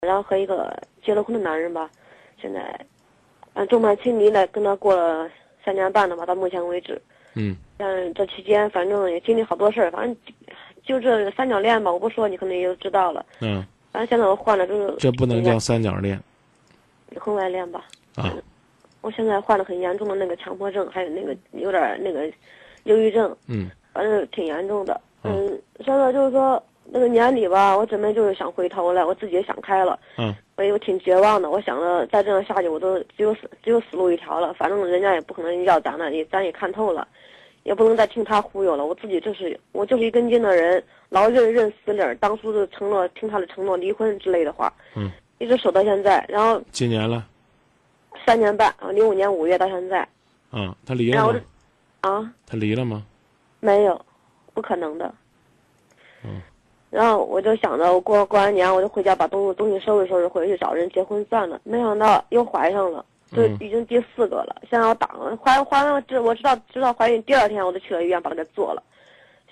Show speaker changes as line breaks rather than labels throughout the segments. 然后和一个结了婚的男人吧，现在，嗯，众叛亲离的，跟他过了三年半了吧，到目前为止。
嗯，
但这期间反正也经历好多事儿，反正就就这三角恋吧，我不说你可能也就知道了。
嗯，
反正现在我患了就是
这不能叫三角恋
婚外恋吧，
啊。
我现在患了很严重的那个强迫症，还有那个有点儿那个忧郁症，
嗯
反正挺严重的。
嗯
嗯，现在就是说那个年底吧，我准备就是想回头了，我自己也想开了。
嗯
我也挺绝望的，我想着再这样下去，我都只有死只有死路一条了。反正人家也不可能要咱了，也咱也看透了，也不能再听他忽悠了。我自己就是我就是一根筋的人，老认认死理儿。当初就承诺听他的承诺离婚之类的话，
嗯，
一直守到现在，然后
几年了？
三年半，啊零五年五月到现在
啊，他离
然后
了吗？
啊，
他离了吗？
没有，不可能的。
嗯。
然后我就想着，我过过完年我就回家把东东西收拾收拾，回去找人结婚算了。没想到又怀上了，这
嗯
已经第四个了。现在我打了怀怀完这我知道知道怀孕第二天我就去了医院把它给做了，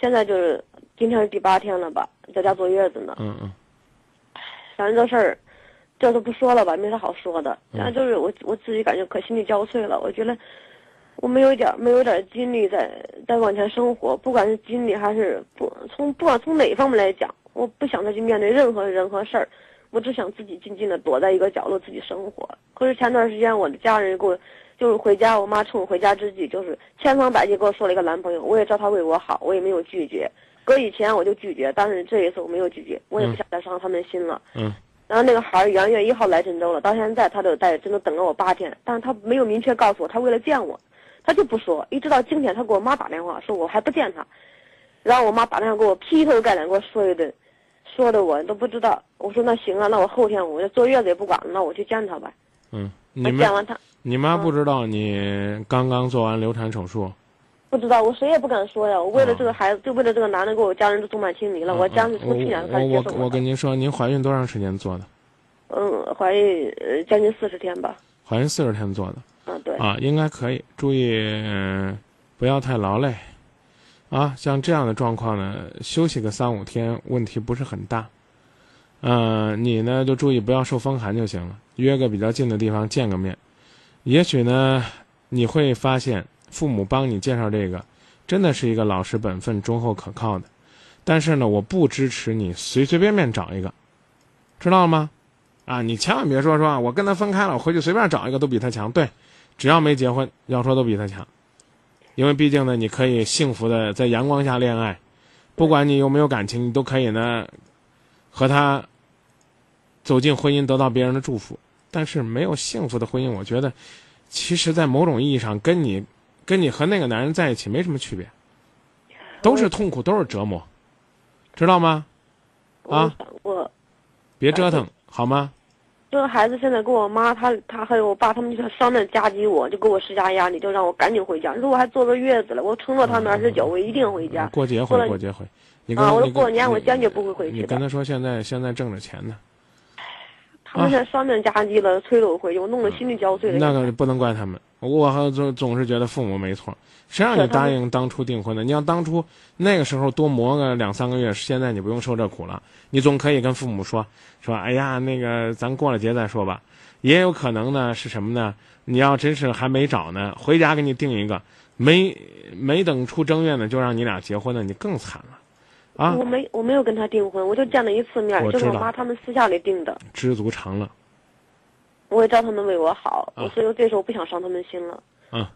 现在就是今天是第八天了吧，在家坐月子呢。
嗯嗯
反正这事儿，这都不说了吧，没啥好说的。
嗯
然后就是我我自己感觉可心力交瘁了，我觉得我没有一点没有一点精力在在往前生活，不管是精力还是不从不管从哪方面来讲，我不想再去面对任何人和事儿，我只想自己静静的躲在一个角落自己生活。可是前段时间我的家人给我。就是回家，我妈趁我回家之际，就是千方百计给我说了一个男朋友，我也知道他为我好，我也没有拒绝。搁以前我就拒绝，但是这一次我没有拒绝，我也不
嗯
想再伤他们心了。
嗯
然后那个孩儿元月一号来郑州了，到现在他都在郑州等了我八天，但是他没有明确告诉我，他为了见我，他就不说，一直到今天他给我妈打电话说我还不见他，然后我妈打电话给我劈头盖脸给我说一顿，说的我都不知道。我说那行啊，那我后天我就坐月子也不管了，那我去见他吧。
嗯，
我
你们
见完他
你妈不知道你刚刚做完流产手术？
不知道，我谁也不敢说呀。我为了
哦
这个孩子，就为了这个男的，给我家人都众叛亲离了。我家人
嗯
从去年就开
我
始接
我
受我
我
的
跟您说，您怀孕多长时间做的？
嗯，怀孕呃将近四十天吧。
怀孕四十天做的。
嗯，对，
啊，应该可以。注意、呃不要太劳累，啊，像这样的状况呢，休息个三五天问题不是很大。嗯、你呢就注意不要受风寒就行了，约个比较近的地方见个面。也许呢，你会发现父母帮你介绍这个，真的是一个老实本分、忠厚可靠的。但是呢，我不支持你随随便便找一个，知道吗？啊，你千万别说说啊我跟他分开了，我回去随便找一个都比他强。对，只要没结婚，要说都比他强，因为毕竟呢，你可以幸福的在阳光下恋爱，不管你有没有感情，你都可以呢和他走进婚姻，得到别人的祝福。但是没有幸福的婚姻，我觉得其实，在某种意义上，跟你跟你和那个男人在一起没什么区别，都是痛苦，都是折磨，知道吗？
我
啊
想过。
别折腾，好吗？
这个孩子现在跟我妈，他他还有我爸，他们就在商量夹击我，就给我施加压力，就让我赶紧回家。如果还坐着月子了，我承诺他们二十九，我一定回家。
过节
过了
会，过节会。嗯你跟
啊，我
你
说
跟
过年我
你
坚决不会回
你
去
跟
的。
他说现在现在挣着钱呢。
他们现在商量夹击了，催着我回去，我弄得心力交瘁的。
啊那个不能怪他们，我还总总是觉得父母没错，谁让
是
你
他
答
们
应当初订婚的？你要当初那个时候多磨个两三个月，现在你不用受这苦了，你总可以跟父母说说，哎呀，那个咱过了节再说吧。也有可能呢是什么呢？你要真是还没找呢，回家给你定一个，没没等出正月呢就让你俩结婚呢，你更惨了，啊
我，没我没有跟他订婚，我就见了一次面，
我
就是
知
我
道
妈他们私下里订的。
知足常乐。
我也知道他们为我好，
啊
所以我这时候不想伤他们心了。
啊，